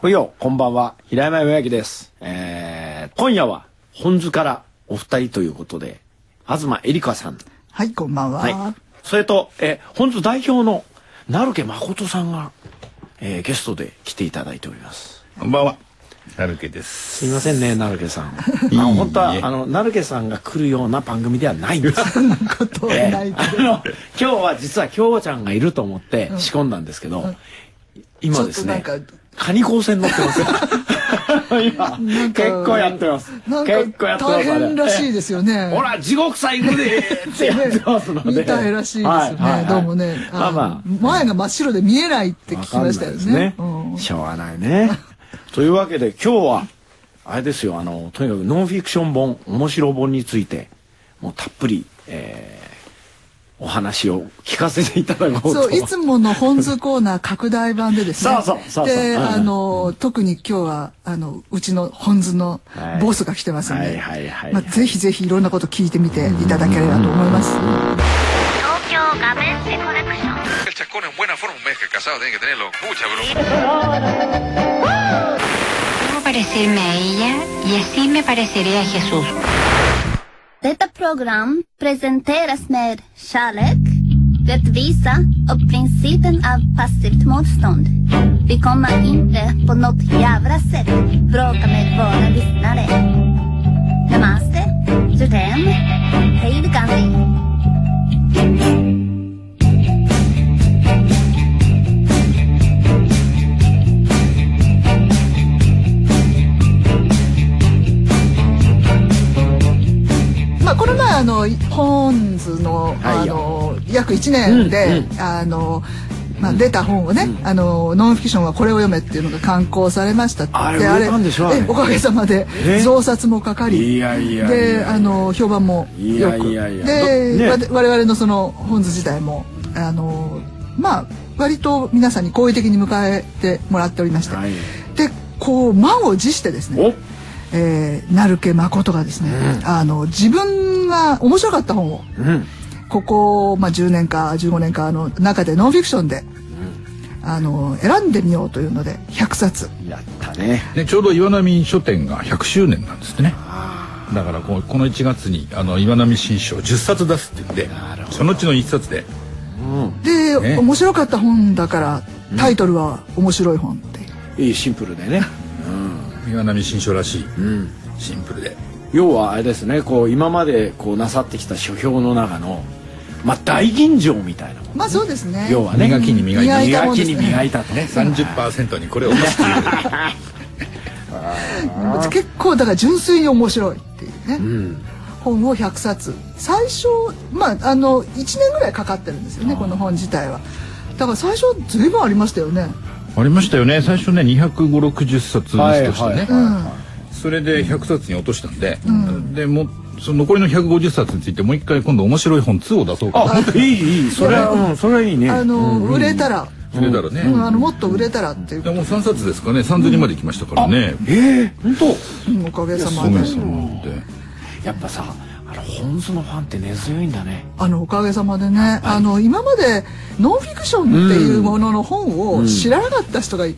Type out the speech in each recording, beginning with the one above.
ふよ、こんばんは。平山よやきです。えー、今夜は、本図からお二人ということで、東恵梨香さん。はい、こんばんは。はい。それと、えー、本図代表の、成家誠さんが、えー、ゲストで来ていただいております。こんばんは。なるけです。すいませんね、成家さん。いいあの本当は、えあの、成家さんが来るような番組ではないんです。ことえないえあの今日は実は京子ちゃんがいると思って仕込んだんですけど、今ですねちょっとなんかカニ光線乗ってます今 なんか結構やってますなんか結構やってます大変らしいですよねええほら地獄さん行くでってやってますので、見たいらしいですよはね。ははどうもね、まあまあの前が真っ白で見えないって聞きましたよわかんないですねね。うんしょうがないね というわけで今日はあれですよあのとにかくノンフィクション本面白本についてもうたっぷり、えーお話を聞かせていただこうとそういつもの本図コーナー拡大版でですね。そうそうそうそうで、うんあの特に今日はあのうちの本図のはいボスが来てますんはいではいはい、まあぜひぜひいろんなこと聞いてみていただければと思います。東京ガベッセコレクション El chascón en buena forma, un mes que casado tiene que tenerlo. Mucha broma. Debo parecerme a ella y así me pareceré a Jesús. Detta program presenteras med kärlek, rättvisa och principen av passivt motstånd. Vi kommer inte på något jävla sätt bråka med våra lyssnare. Namaste, Sutem, Hej Gandhi. まあ、この前あの本図はの,、いあの約1年で、あのまあ、出た本をね、あのノンフィクションはこれを読めっていうのが刊行されましたってあれで売れたんでしょあれえおかげさまでえ増刷もかかりいやいやいやであの評判もいよやくいやいやで、ねわ我々のその本図自体もあのまあ割と皆さんに好意的に迎えてもらっておりまして、はいでこう満を持してですねおえー、なるけ誠がですね、あの自分が面白かった本をうんここ、まあ、10年か15年かの中でノンフィクションで、あの選んでみようというので100冊やったねね、ちょうど岩波書店が100周年なんですね。だからこうこの1月にあの岩波新書を10冊出すって言ってそのうちの1冊でで、ね面白かった本だからタイトルは「面白い本」って、いいシンプルで ね岩波新書らしい、シンプルで要はあれですねこう今までこうなさってきた書評の中のまあ大吟醸みたいなもんまあそうですね要はね磨きに磨いた磨きに磨いたとね30%にこれを出すっていう結構だから純粋に面白いっていうね、本を100冊最初まああの1年ぐらいかかってるんですよねこの本自体はだから最初随分ありましたよねありましたよね最初ね2560冊はリいストしてね、はいはそれで100冊に落としたんで、でもうその残りの150冊についてもう一回今度面白い本2を出そうかあいいいいそれはうんそれはいいねあの、売れたら、なそれだろうね、うんあのもっと売れたらっていうでもう3冊ですかね3000にまで来ましたからね、ええ本当おかげさそまうでねそうなんでやっぱさあの本図のファンって根強いんだねあのおかげさまでね、あの今までノンフィクションっていうものの本を知らなかった人がい,、っ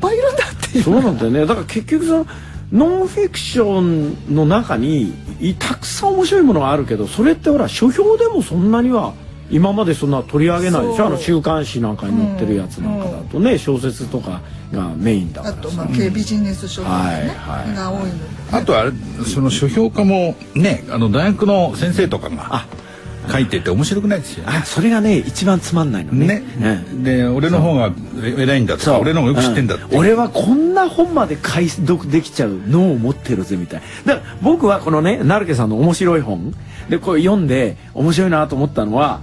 ぱいいるんだっていうそうなんだよねだから結局そのノンフィクションの中にいたくさん面白いものがあるけどそれってほら書評でもそんなには今までそんな取り上げないでしそうょあの週刊誌なんかに載ってるやつなんかだとね、小説とかがメインだかあらとまあ軽ビジネス書とかね、はいはいが多いのであとあれその書評家もねあの大学の先生とかが書いてて面白くないですよねあそれがね一番つまんないのねね、うんで俺の方がえ偉いんだとそかう俺の方がよく知ってんだって、う俺はこんな本まで解読できちゃう脳を持ってるぜみたいだから僕はこのね成家さんの面白い本でこれ読んで面白いなと思ったのは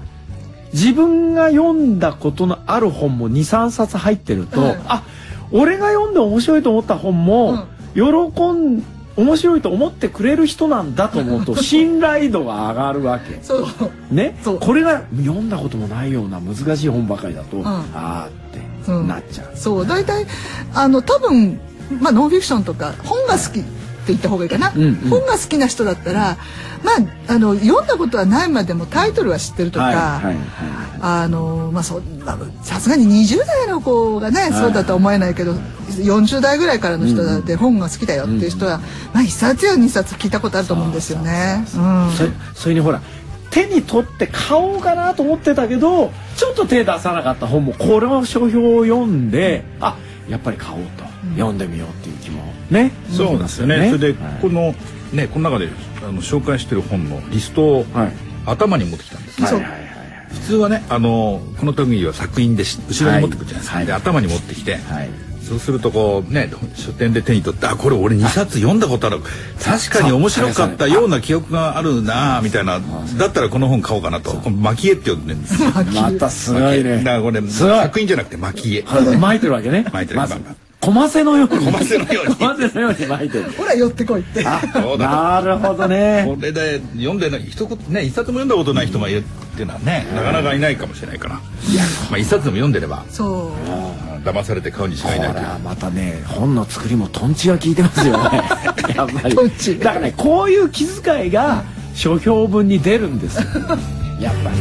自分が読んだことのある本も23冊入ってると、うんあ俺が読んで面白いと思った本も、喜ん面白いと思ってくれる人なんだと思うと 信頼度が上がるわけ。そうねそうこれが読んだこともないような難しい本ばかりだと、んああってうんなっちゃう。そう大体あの多分、まあ、ノンフィクションとか本が好き言った方がいいかな、んうん本が好きな人だったらまああの読んだことはないまでもタイトルは知ってるとか、はいはいはいあのまあそまあさすがに20代の子がね、そうだとは思えないけど40代ぐらいからの人だって本が好きだよっていう人は、まあ1冊や2冊聞いたことあると思うんですよね。うんそそれにほら手に取って買おうかなと思ってたけどちょっと手出さなかった本もこれは書評を読んであやっぱり買おうと、読んでみようっていう気もねそうなんですよね。それで、はいこの、ね、この中で、あの、紹介してる本のリストをはい、頭に持ってきたんです。そう普通はね、あの、この時は作品でし、後ろに持ってくるじゃないですか。はいで、頭に持ってきて。はいそうするとこうね書店で手に取ってあこれ俺2冊読んだことある確かに面白かったような記憶があるなあみたいなだったらこの本買おうかなとこの蒔絵って呼んでるん ですよまたすごいねだからこれすごい作品じゃなくて蒔絵巻いてるわけね巻いてるまずまあまあコマセのようにコマセのようにコマセのように巻いてるほら寄ってこいってそうだなるほどねこれで読んでない一言ね一冊も読んだことない人がいるっていうのはねなかなかいないかもしれないからまあ一冊でも読んでればそううん騙されて買うにしほかいないというらまたね本の作りもトンチが効いてますよ ねやっぱりトンチだからねこういう気遣いが書評文に出るんですよやっぱり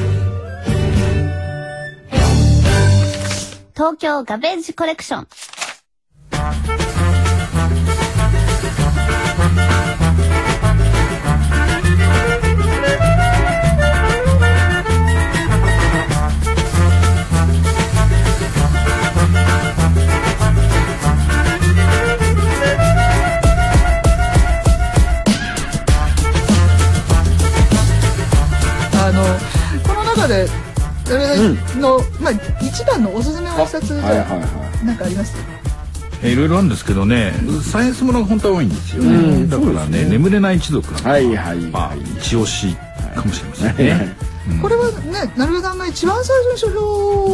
東京ガベージコレクション。あのこの中で誰の、まあ一番のおすすめの一冊じゃ、はいはいはなんかあります。えーいろいろあるんですけどねサイエンスものが本当は多いんですよね、だからね眠れない一族なんかはいはいまあ一押しかもしれませんはねこれはね、成部さんが一番最初に書評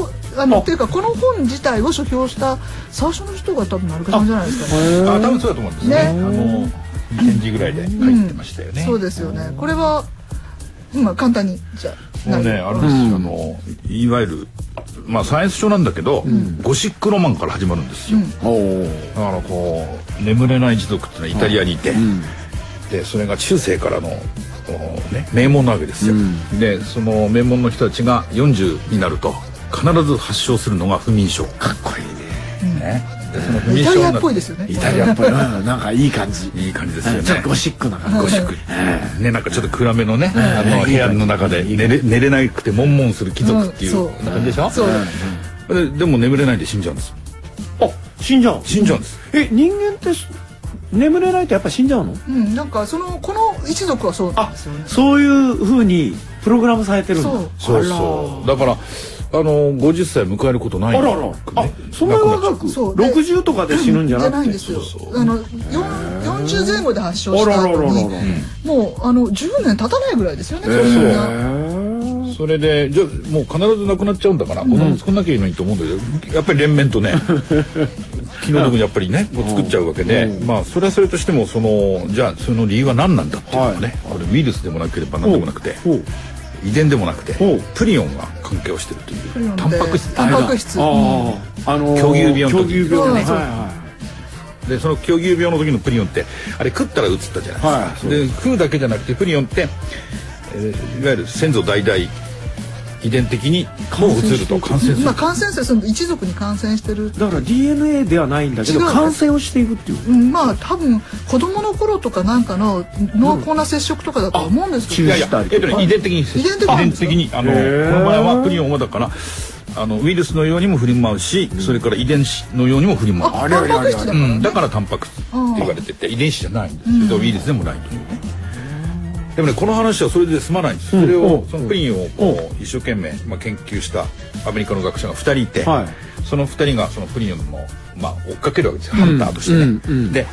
をあのあっていうかこの本自体を書評した最初の人が多分成部さんじゃないですかね。あ多分そうだと思うんですよねねあの展示ぐらいで書いてましたよね、そうですよね。これは今簡単にじゃあ。もうね成部あるんですよ、あのいわゆるまあサイエンス書なんだけど、ゴシックロマンから始まるんですよ、おおだからこう眠れない一族っていうのはイタリアにいて、でそれが中世からのこのね、名門なわけですよ、でその名門の人たちが40になると必ず発症するのが不眠症かっこいいねでその不イ眠タ症リアになっぽいですよねイタリアっぽいなんかいい感じいい感じですよ ねちょっとゴシックな感じゴシックねなんかちょっと暗めのねあの部屋の中で寝れ寝れなくて悶々する貴族っていうんうそう感じでしょそうででも眠れないで死んじゃうんですあ死んじゃう死んじゃうんですえ人間ってす眠れないとやっぱ死んじゃうのうん、なんかそのこの一族はそうなんですよね。そういうふうにプログラムされてるんだそうそうそうだからあの50歳迎えることないあらあらあそんな若くそうで60とかで死ぬんじゃじゃなないくんてですよそう。あの四十前後で発症した後にあらららららもうあの十年経たないぐらいですよね。そんなそれでじゃあもう必ずなくなっちゃうんだから子供作んなきゃいいのにと思うんだけどやっぱり連綿とね気の毒にやっぱりねもう作っちゃうわけでまあそれはそれとしてもそのじゃあその理由は何なんだっていうのがねこれウイルスでもなければ何でもなくてほう遺伝でもなくてほうプリオンが関係をしてるといプリオンうでタンパク質タンパク質。あああのー狂牛病の狂時牛病ねそうそうはいでその狂牛病の時のプリオンってあれ食ったら移ったじゃないですか、はいそうで食うだけじゃなくてプリオンって、えーいわゆる先祖代々遺伝的にもう移ると感染するまあ感染者その一族に感染してる。だから DNA ではないんだけど違う感染をしていくっていううん、まあ多分子供の頃とかなんかの濃厚な接触とかだと思うんですけうんど、いあやいや、えっとね、遺伝的に遺遺伝的に伝的にあのこの場合はプリオンはだからあのウイルスのようにも振り回うしそれから遺伝子のようにも振り回うあタンパク質だから、うん、だからタンパク質って言われてて遺伝子じゃないんですけど、ウイルスでもないというねでもねこの話はそれで済まないんですそれを、うんそのプリンをこう一生懸命、まあ、研究したアメリカの学者が2人いて、はその2人がそのプリンの、まあ、追っかけるわけですよ、ハンターとしてね。うんうんで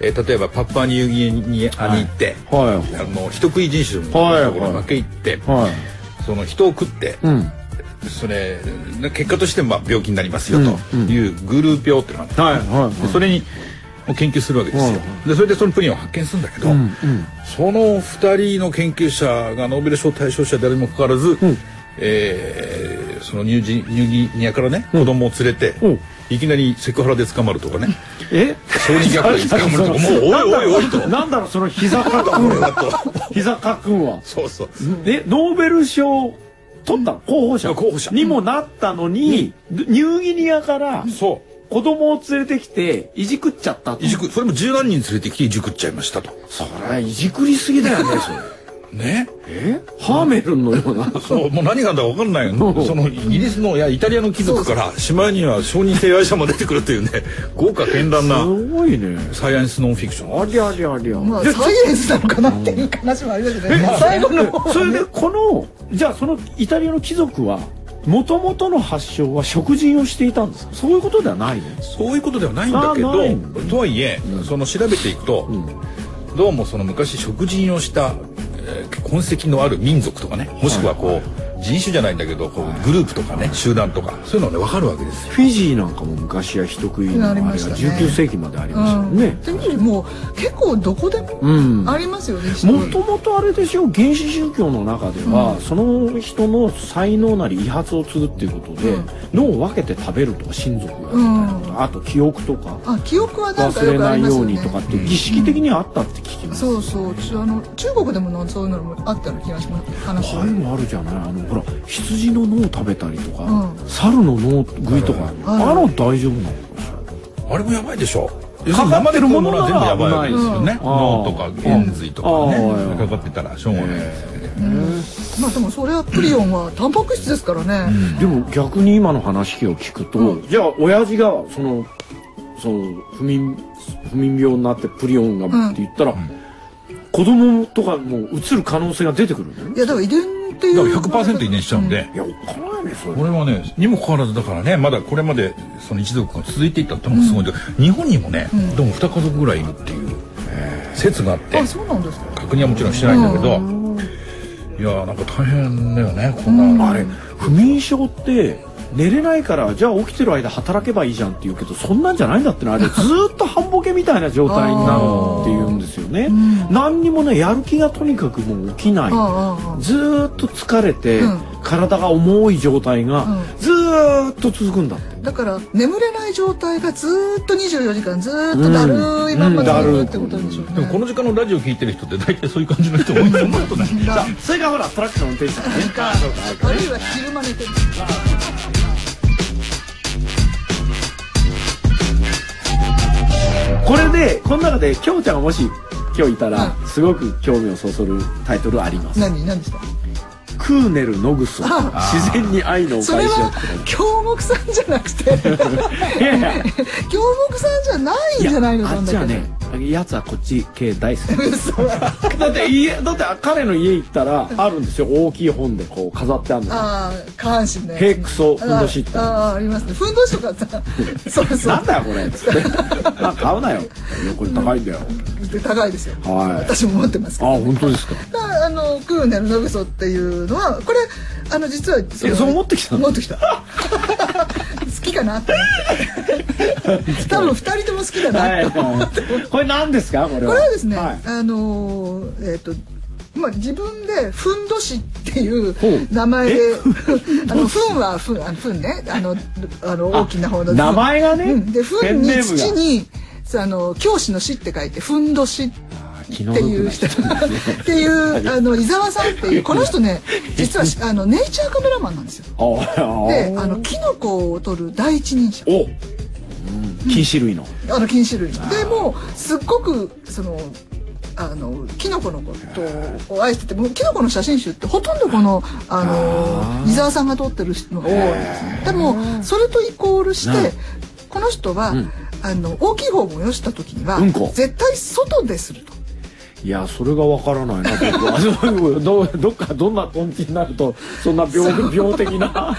えー例えばパッパニューギニアに行って、はいあの人食い人種のところだけ行って、はいはいその人を食って、んそれ結果としてまあ病気になりますよというグルー病っていうのがあってはいはいでそれに研究するわけですよ。でそれでそのプリンを発見するんだけど、その2人の研究者がノーベル賞対象者であるにもかかわらず、えーそのニュージニューギニアからね子供を連れてうんイいきなりセクハラで捕まるとかねえ小児虐待で捕まるとかもうおいおいおいとなんだろうその膝かっくんは膝かっくんはそうそうえノーベル賞取ったの候補者候補者にもなったのに、ニューギニアからそ子供を連れてきていじくっちゃったういじくそれも十何人連れてきていじくっちゃいましたとそれいじくりすぎだよね それねえハーメルンのような そうもう何があんだか分かんないよそのイギリスのいやイタリアの貴族からしまいには承認性愛者も出てくるというね豪華絢爛なすごいねサイエンスノンフィクションありゃりゃりゃ、まあ、じゃサイエンスなのかなっていう話もありますよね。最後の方それでこのじゃあそのイタリアの貴族はもともとの発祥は食事をしていたんですかそういうことではないのそういうことではないんだけあなどいとはいえ、その調べていくと、どうもその昔食事をした、えー痕跡のある民族とかねもしくはこう、人種じゃないんだけどこうグループとかね集団とかそういうのね分かるわけですよ。フィジーなんかも昔は人食いのあれがありましたね19世紀までありましたようん、ねっていうよりも結構どこでんもありますよね、もともとあれでしょ原始宗教の中では、その人の才能なり遺髪を継ぐっていうことで、うん脳を分けて食べるとか親族がみたいなこと、あと記憶とかあ記憶はなんか忘よれくあなりいますよようにねとかって儀式的にあったって聞きます、そうそうちあの中国でもなそういうのもあったような気がします話ああいうのあるじゃないあのほら羊の脳を食べたりとか、うん猿の脳食いとか、はいあの大丈夫なのあれもやばいでしょ。かかってるものなら生で食うものは全部やばいですよね。危ない脳とか原髄とかうんあねーかかってたらしょうがないですよね。まあでもそれはプリオンはタンパク質ですからね、でも逆に今の話を聞くと、じゃあ親父がそのその不眠不眠病になってプリオンがって言ったら、子供とかもう移る可能性が出てくるんだよねいやだから遺伝っていだうから100%遺伝しちゃうんで。いやおかないねそれこれはねにもかかわらずだからねまだこれまでその一族が続いていったってのもすごいんだけど、日本にもね、どうも2家族ぐらいいるっていう説があってあそうなんですか確認はもちろんしてないんだけど、いやーなんか大変だよねこんな、あれ不眠症って寝れないからじゃあ起きてる間働けばいいじゃんって言うけどそんなんじゃないんだって なあれずーっと半ボケみたいな状態になるっていうんですよね。何にもねやる気がとにかくもう起きないああああずーっと疲れて、うん体が重い状態がうんずーっと続くんだって。だから眠れない状態がずーっと24時間ずーっとだるいまんま続くってことでしょうね、でもこの時間のラジオ聞いてる人って大体そういう感じの人多いと思うとねそれがほらトラックの運転手さんね。あるいは昼間寝てるこれでこの中で京ちゃんがもし今日いたら、すごく興味をそそるタイトルあります。何何ですかクーネルノグソ自然に愛のおそれ返しをはってこと京木さんじゃなくていやいや京木さんじゃないんじゃないのあそんっちはだけねやつはこっち系大好き だって家だって彼の家行ったらあるんですよ大きい本でこう飾ってあるのああ下半身ねヘイクソふんどしってああありますねふんどしとかさそうそうなんだよこ れつってあ買うなよいやこれ高いんだよ高いですよはい私も持ってますけあど本当ですかだからあのクーネルノグソっていうのはこれあの実はそえそう持ってきたの持って きた好きかなって思って多分2人とも好きだなって思ってはいこれ何ですかこれはこれはですね、はいあのーえっ、とまあ、自分で「ふんどし」っていうほう名前で あのふんはふんあのふんねあのあの大きな方の名前がねうんでふペんンにネームが土にそうあの教師の師って書いて「ふんどし」気っのて毒いうな人人っ ていうあの伊沢さんっていうこの人ね実はしあのネイチャーカメラマンなんですよ。ああであのキノコを取る第一人者おうん禁止類のあの禁止類のでもうすっごくそのあのキノコのことを愛しててもうキノコの写真集ってほとんどこのあの伊沢さんが撮ってるのが多いですねでもそれとイコールしてこの人は、あの大きい方もよした時には、うんこ絶対外ですると。いやそれがわからないな僕はそうどどっかどんな根気になるとそんな病病的な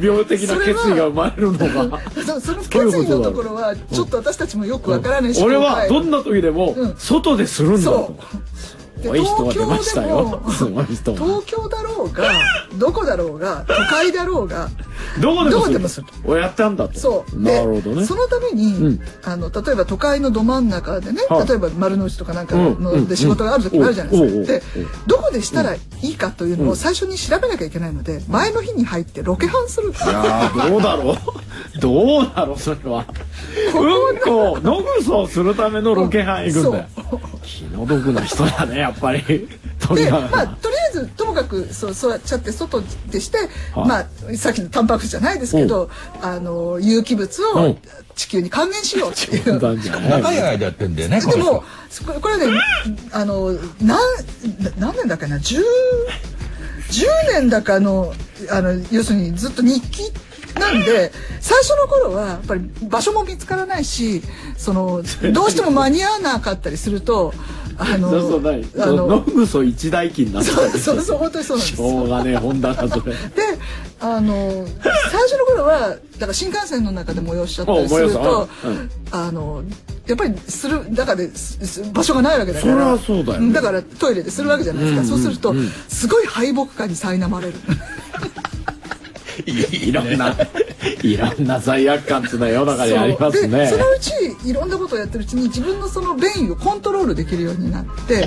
病的な決意が生まれるのがそそのそういう決こ意とのだところはちょっと私たちもよくわからないし、俺はどんんな時でもうん外でするんだとそすごい人が出ましたよ 東す京ごい人でがも東京だろうがどこだろうが都会だろうがどこでもどこすでるもするおやったんだとそうなでるほどねそのために、うんあの例えば都会のど真ん中でね、はい例えば丸の内とかなんかうんうのんで仕事がある時もあるじゃないうんですか、おうおうでどこでしたらいいかというのを最初に調べなきゃいけないので、前の日に入ってロケハンするっていうあーどうだろう どうだろうそれはうんこを野ぐそをするためのロケハン行くんだよ気の毒な人だねやっぱり鳥で、がまあ、とりあえずともかくそうそうやっちゃって外でして、はいまあ、さっきのタンパク質じゃないですけどあの有機物うをん地球に還元しようっていう。だんじゃない長い間やってんだよねこでの人もそここれねあのなん何年だっけな10 10年だかのあの要するにずっと日記なんで最初の頃はやっぱり場所も見つからないしそのどうしても間に合わなかったりするとあ のそうそうないあ野のぐそ一大金なってたそりうしてそうそう本当にそうなんでしす。ょうがねえ本だなそ れであの最初の頃はだから新幹線の中で催しちゃったりするおと催し、うんうんあのやっぱりする中ですす場所がないわけだかそりらゃそうだよねんからトイレでするわけじゃないですか、そうすると、すごい敗北感に苛まれるいろんな、いろんな罪悪感っていうのは世の中にありまそすうでねそ。のうちいろんなことをやってるうちに自分のその便意をコントロールできるようになって で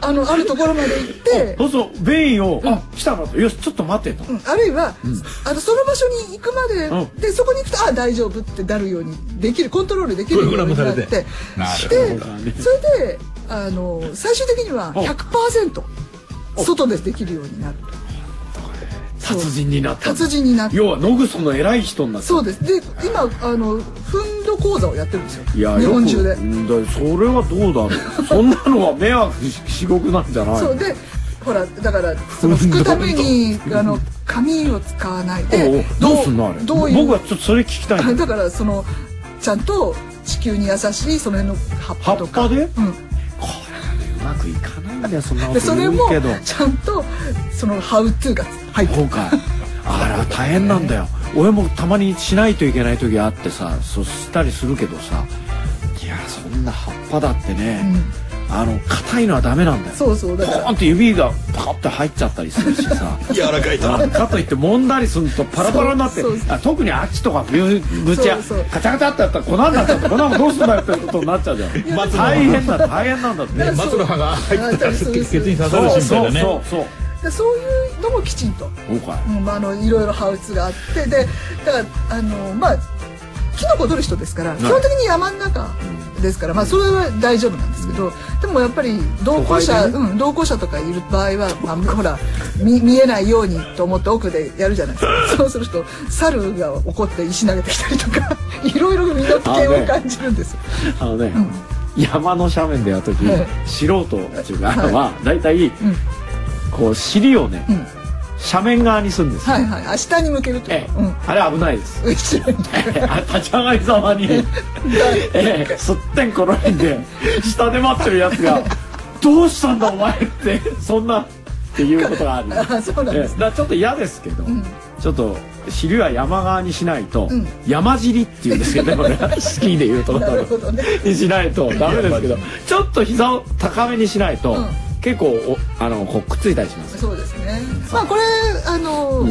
あのあるところまで行ってそうそう、便意を、あ、来たなと、よし、ちょっと待ってと。うんあるいは、あのその場所に行くまで、うんでそこに行くとあ大丈夫ってなるようにできるコントロールできるようになってプログラムされてでそれであの最終的にはうん100%外でできるようになる殺人になった。達人になって要は、野ぐその偉い人になった。そうですで今あのフンド講座をやってるんですよいや、日よ本く中でう。んだそれはどうだろう。 そんなのは迷惑至極なんじゃないそうの。でほらだからその拭くためにあの紙を使わないでおうどうすんのあれ。どういう僕はちょっとそれ聞きたいあんだ。 だからそのちゃんと地球に優しいその辺の葉っ葉ぱっとかぱで。うん、うまくいかないんだよ、そんなこでとそれ言うもけど。ちゃんとその「ハウトゥー」が入ってる今回あら大変なんだよ俺もたまにしないといけない時あってさそうしたりするけどさいやそんな葉っぱだってね、あの硬いのはダメなんだよそうそうだからポーンって指がパカッて入っちゃったりするしさ柔らかいとうんかといって揉んだりするとパラパラになってそうそうあ特にあっちとかぶぶちゃそうそうカチャカチャってやったら粉になっちゃって粉もどうすんだよってことになっちゃうじゃん松の大変だ大変なんだってだから松の葉が入ってたらそう血そうそうに刺さそうる心そうそ配だねうそうでそういうのもきちんと、今回うんまあ、あのいろいろハウツーがあってでだからあのまあキノコ取る人ですから基本的に山の中ですから、まあ、それは大丈夫なんですけどでもやっぱり同行都者、会でうん、同行者とかいる場合は、まあ、ほら見見えないようにと思って奥でやるじゃないです かそうすると猿が怒って石投げてきたりとか いろいろ身の危険を感じるんですよ。あのね、山の斜面でやるとき、はい素人っていうか、は大体、こう尻をね、ん斜面側にするんですよ、はいはい、明日に向けると、ええうん、 あれ危ないです後ろにあ立ち上がりざまに、ええすってんころいんで下で待ってるやつが「どうしたんだお前」ってそんなっていうことがあるあそうなんええでだすからちょっと嫌ですけど、ちょっと尻は山側にしないと、ん山尻っていうんですけどねこれ スキーで言うとなるほどねにしないとダメですけどちょっと膝を高めにしないと、うん結構おあのこうくっついたりしますそうですね。まあこれあの、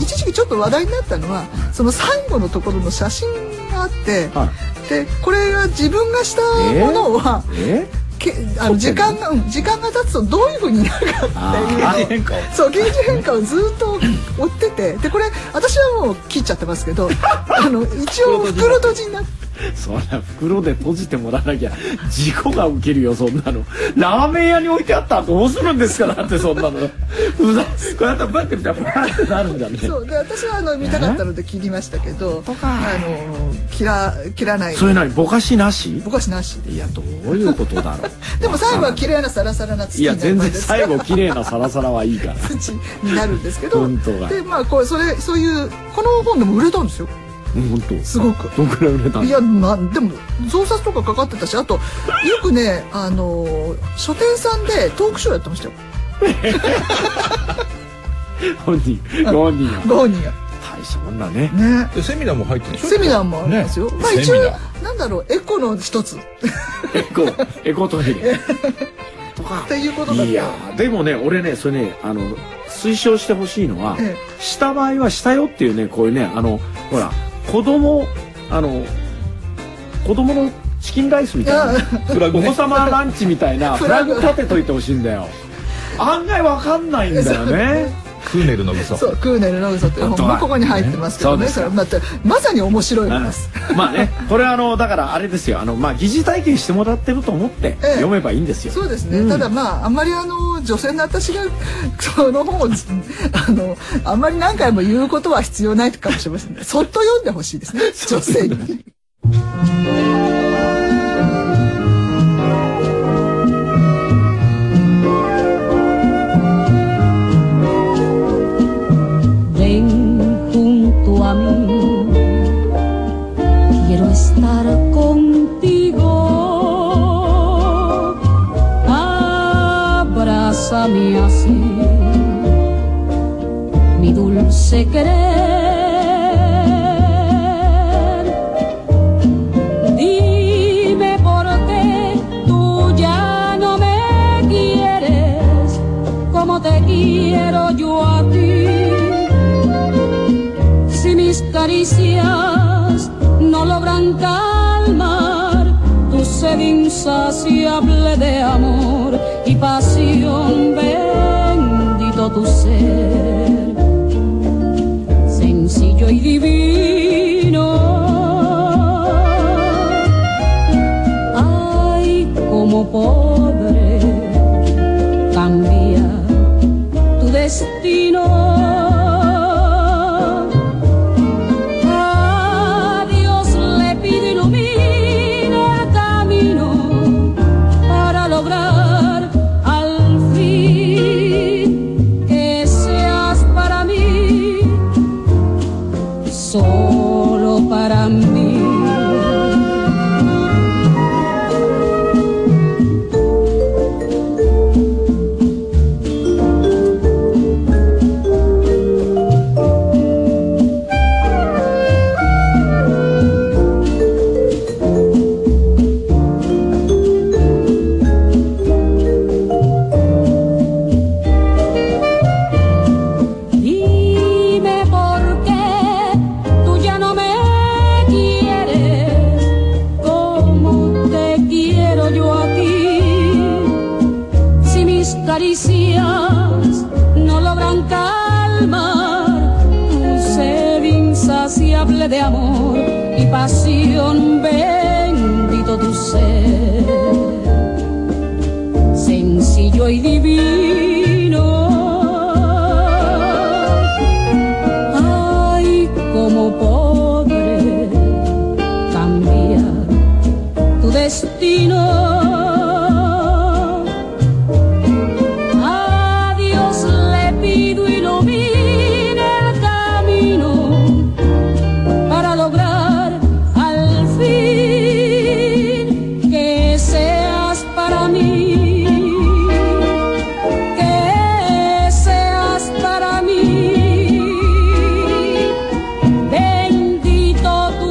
一時期ちょっと話題になったのはその最後のところの写真があって、はでこれは自分がしたものは、えけあの時間がうん時間が経つとどういうふうになるか あっていうのをそう現地変化をずっと追っててでこれ私はもう切っちゃってますけど あの一応袋閉じになって。そんな袋で閉じてもらわなきゃ事故が起きるよそんなのラーメン屋に置いてあったらどうするんですかだってそんな のうざこうやってバッて見たらバーってなるんだねそうで私はあの見たかったので切りましたけど、あの切ら切らないそれなりぼかしなしぼかしなしいやどういうことだろう でも最後は綺麗なサラサラな土いになやる全わけ然です最後綺麗なサラサラはいいから土になるんですけど本当だでまあこうそれそういうこの本でも売れたんですようん本当すごく。どんくらい売れたのいやまあでも増刷とかかかってたしあとよくねあのー書店さんでトークショーやってましたよ本人本人がご本人が大したもんだねねでセミナーも入ってるでしょセミナーもありますよ、ねまあ一セミ ナ応なんだろうエコの一つエコエコトイレとかっていうことだったいやーでもね俺ねそれねあの推奨してほしいのは、えした場合はしたよっていうねこういうねあのほら子供あの子供のチキンライスみたいなフラグおね子様ランチみたいなフ フララググ立てといてほしいんだよ案外わかんないんだよねクーネルの嘘そうクーネルの嘘っていう本もここに入ってますけどねねそそうれでまたまさに面白いのです、うん まあねこれはあのだからあれですよあのまあ疑似体験してもらってると思ってええ読めばいいんですよ、そうですね、ただまああんまりあの女性の私が その本をあのあんまり何回も言うことは必要ないかもしれませんねそっと読んでほしいです ね女性にね Ven junto a mí, quiero estar contigo. Abrázame así, mi dulce querer. Dime por qué tú ya no me quieres, como te quiero yo a ti si mis caricias no logran calmar tu sed insaciable de amor y pasión, bendito tu ser, sencillo y divino. Ay, como pobre cambia tu destino. A Dios le pido ilumina el camino para lograr al fin que seas para mí, solo para mí. Dime por qué tú ya no me quieres como te quiero yo a ti. Si mis caricias no logran calmar tu sed insaciable de amor y pasión, bendito tu ser sencillo y divino. Ay, como pobre cambia tu destino. A Dios le pido ilumine el camino para lograr al fin que seas para mí, que seas para mí, bendito tu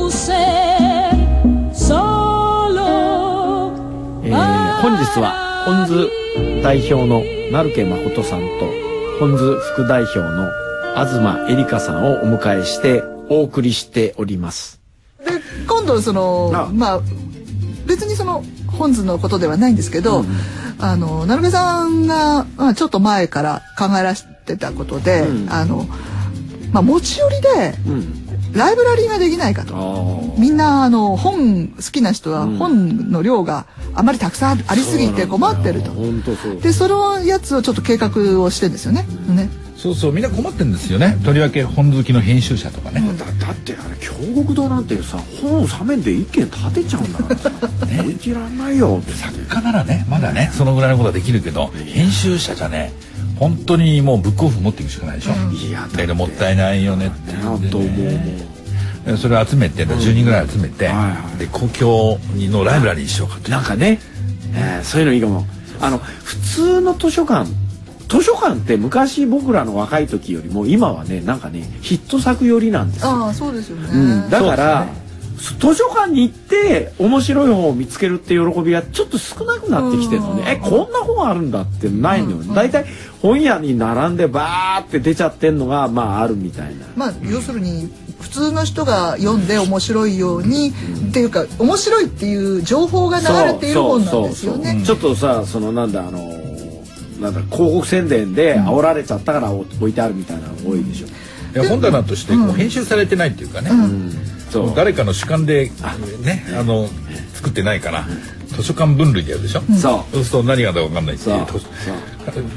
ser, solo えー本日は本津代表の成家誠さんと本津副代表の東恵梨香さんをお迎えしてお送りしております。で今度そのああまあ別にその本図のことではないんですけど、あの成美さんが、まあ、ちょっと前から考えらしてたことで、うんあのまあ、持ち寄りでうん、ライブラリーができないかあと。ーみんなあの本好きな人はうん本の量があまりたくさんありすぎて困ってると。本当そう。でそのやつをちょっと計画をしてんですよね。ねそうそうみんな困ってんですよねとりわけ本好きの編集者とかね、だだってあれ京極堂なんてさ本を3面で一軒立てちゃうんだからさ 信じらんないよって作家ならねまだねそのぐらいのことはできるけど編集者じゃね本当にもうブックオフ持っていくしかないでしょ、いやだってだけどもったいないよねっていうんなでねと思うもんでそれを集めて10人ぐらい集めて、はいはいで公共のライブラリーにしようかとなんかね、えーそういうのいいかもあの普通の図書館図書館って昔僕らの若い時よりも今はねなんかねヒット作寄りなんですよ、ああそうですよね。うん、だからそ,、図書館に行って面白い本を見つけるって喜びがちょっと少なくなってきてるのね、えこんな本あるんだってないのよ、大体本屋に並んでバーって出ちゃってんのがまああるみたいな。まあ、要するに普通の人が読んで面白いように、っていうか面白いっていう情報が流れている本なんですよね。そうそうそうちょっとさそのなんだあのーなんだ広告宣伝で煽られちゃったから置いてあるみたいなの多いでしょ、いや本棚としてこう編集されてないっていうかね、そう誰かの主観でねあの作ってないから図書館分類でやるでしょ、うそそうすると何があるか分かんないっていうそう図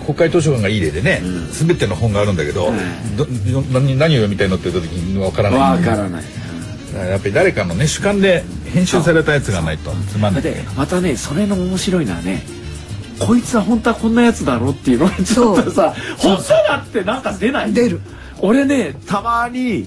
国会図書館がいい例でね、全ての本があるんだけど,ど、ど何何を読みたいのって言った時に分からうなわいからないやっぱり誰かのね主観で編集されたやつがないとつまんだなっい、てまたねそれの面白いのはねこいつは本当はこんなやつだろっていうのがちょっとさ本当だってなんか出ない出る俺ねたまに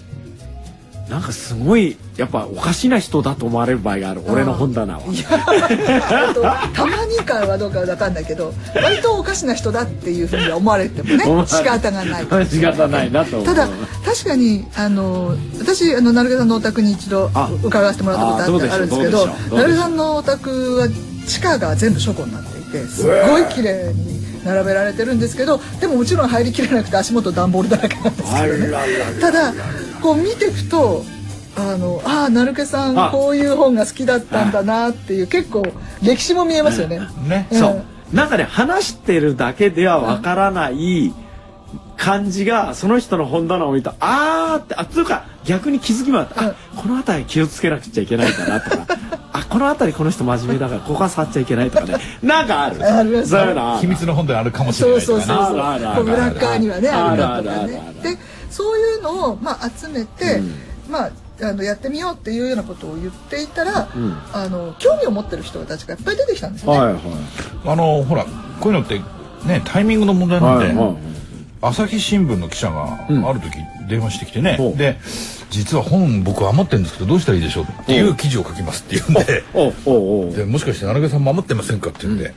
なんかすごいやっぱおかしな人だと思われる場合がある俺の本棚は。あとたまにかはどうかわかんないけど割とおかしな人だっていうふうには思われてもね仕方がない。仕方ないなと思うただ確かにあの私あの成毛さんのお宅に一度あ伺わせてもらったことあってああるんですけどうどでしょうどうでしょう成毛さんのお宅は地下が全部書庫になっていてすごい綺麗に並べられてるんですけどでももちろん入りきれなくて足元段ボールだらけなんですけどねただこう見ていくとあのああ成毛さあんこういう本が好きだったんだなっていう結構歴史も見えますよね。ねうんそうなんかね話してるだけではわからない感じがその人の本棚を見るとあーってあというか逆に気づきもあった、あこの辺り気をつけなくちゃいけないかなとかあこの辺りこの人真面目だからここは触っちゃいけないとかねなんかあるありますそういうのあ秘る密の本であるかもしれそなういとそうかそうねそうあるあるあこるう裏側にはねああるるあかるとあかるあねるでそういうのを、まあ、集めて、まああのやってみようっていうようなことを言っていたら、んあの興味を持ってる人たちがいっぱい出てきたんですよね、はいはいあのほらこういうのってねタイミングの問題なんはいで、はい朝日新聞の記者がんある時電話してきてね、ほうで実は本僕余ってるんですけどどうしたらいいでしょうっていう記事を書きますって言うんでおうおうおうでもしかして七毛さんも余ってませんかって言うんで、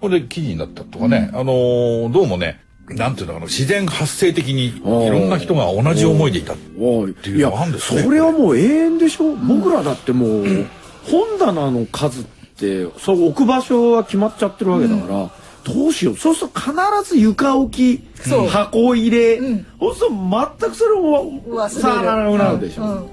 これで記事になったとかね、あのーどうもねなんていうのかな自然発生的にいろんな人が同じ思いでいたおいていうのはあるんですねそれはもう永遠でしょ、僕らだってもう 本棚の数ってそう置く場所は決まっちゃってるわけだから、どうしようそうすると必ず床置きそう箱入れ、うんそうすると全くそれも忘れる触らなくなるでしょ、うん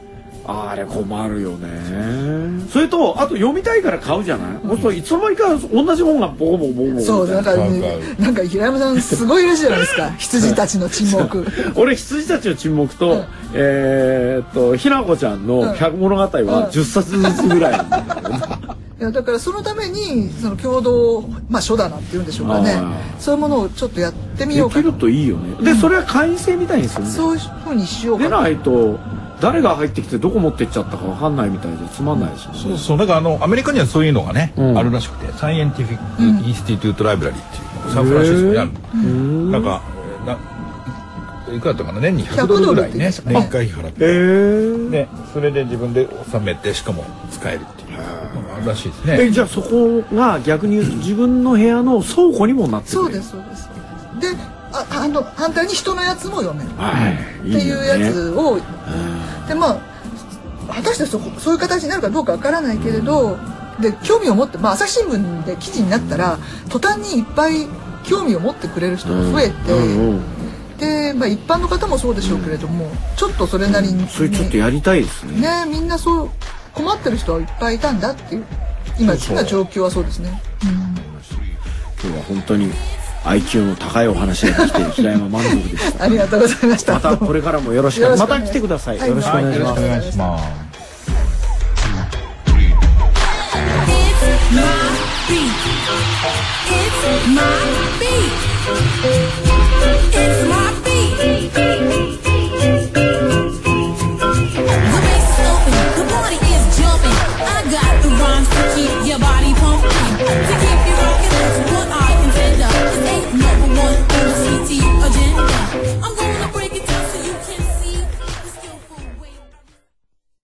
あれ困るよねそれとあと読みたいから買うじゃない、そうするといつの間にか同じ本がボコボコボコボコみたいなそうなんかなんかなんか平山さんすごい嬉しいじゃないですか羊たちの沈黙 俺羊たちの沈黙と、んえーっとひなこちゃんの百物語は10冊ずつぐらい なんだけどね、いやだからそのためにその共同、まあ、書棚っていうんでしょうかねあそういうものをちょっとやってみようでかきるといいよねでそれは会員制みたいにするそういうふうにしようでかなないと誰が入ってきてどこ持ってっちゃったかわかんないみたいでつまんないですよね、そうそうだからあのアメリカにはそういうのがね、んあるらしくてサイエンティフィック・インスティテュート・ライブラリーっていうのがサンフランシスコにあるなんかえーないくらだったかな年に100ドルぐらい100ドルって言いねましたね年会費払って、えーでそれで自分で納めてしかも使えるっていうのがあるらしいですねえじゃあそこが逆に言うと自分の部屋の倉庫にもなってるそうですそうですでああの反対に人のやつも読めるはいっていうやつをでまあ果たしてそそういう形になるかどうかわからないけれどで興味を持って、まあ、朝日新聞で記事になったら途端にいっぱい興味を持ってくれる人が増えて、うんうんで、まあ、一般の方もそうでしょうけれども、ちょっとそれなりに、ねそれちょっとやりたいですねねみんなそう困ってる人はいっぱいいたんだっていう今今状況はそうですね。今日は本当に IQ の高いお話ができて 平山満足でしたありがとうございました。またこれからもよろしよくろしまくお願たい来てくださいはいよろしくお願いしよろましくすお願いします「It's my beat. It's my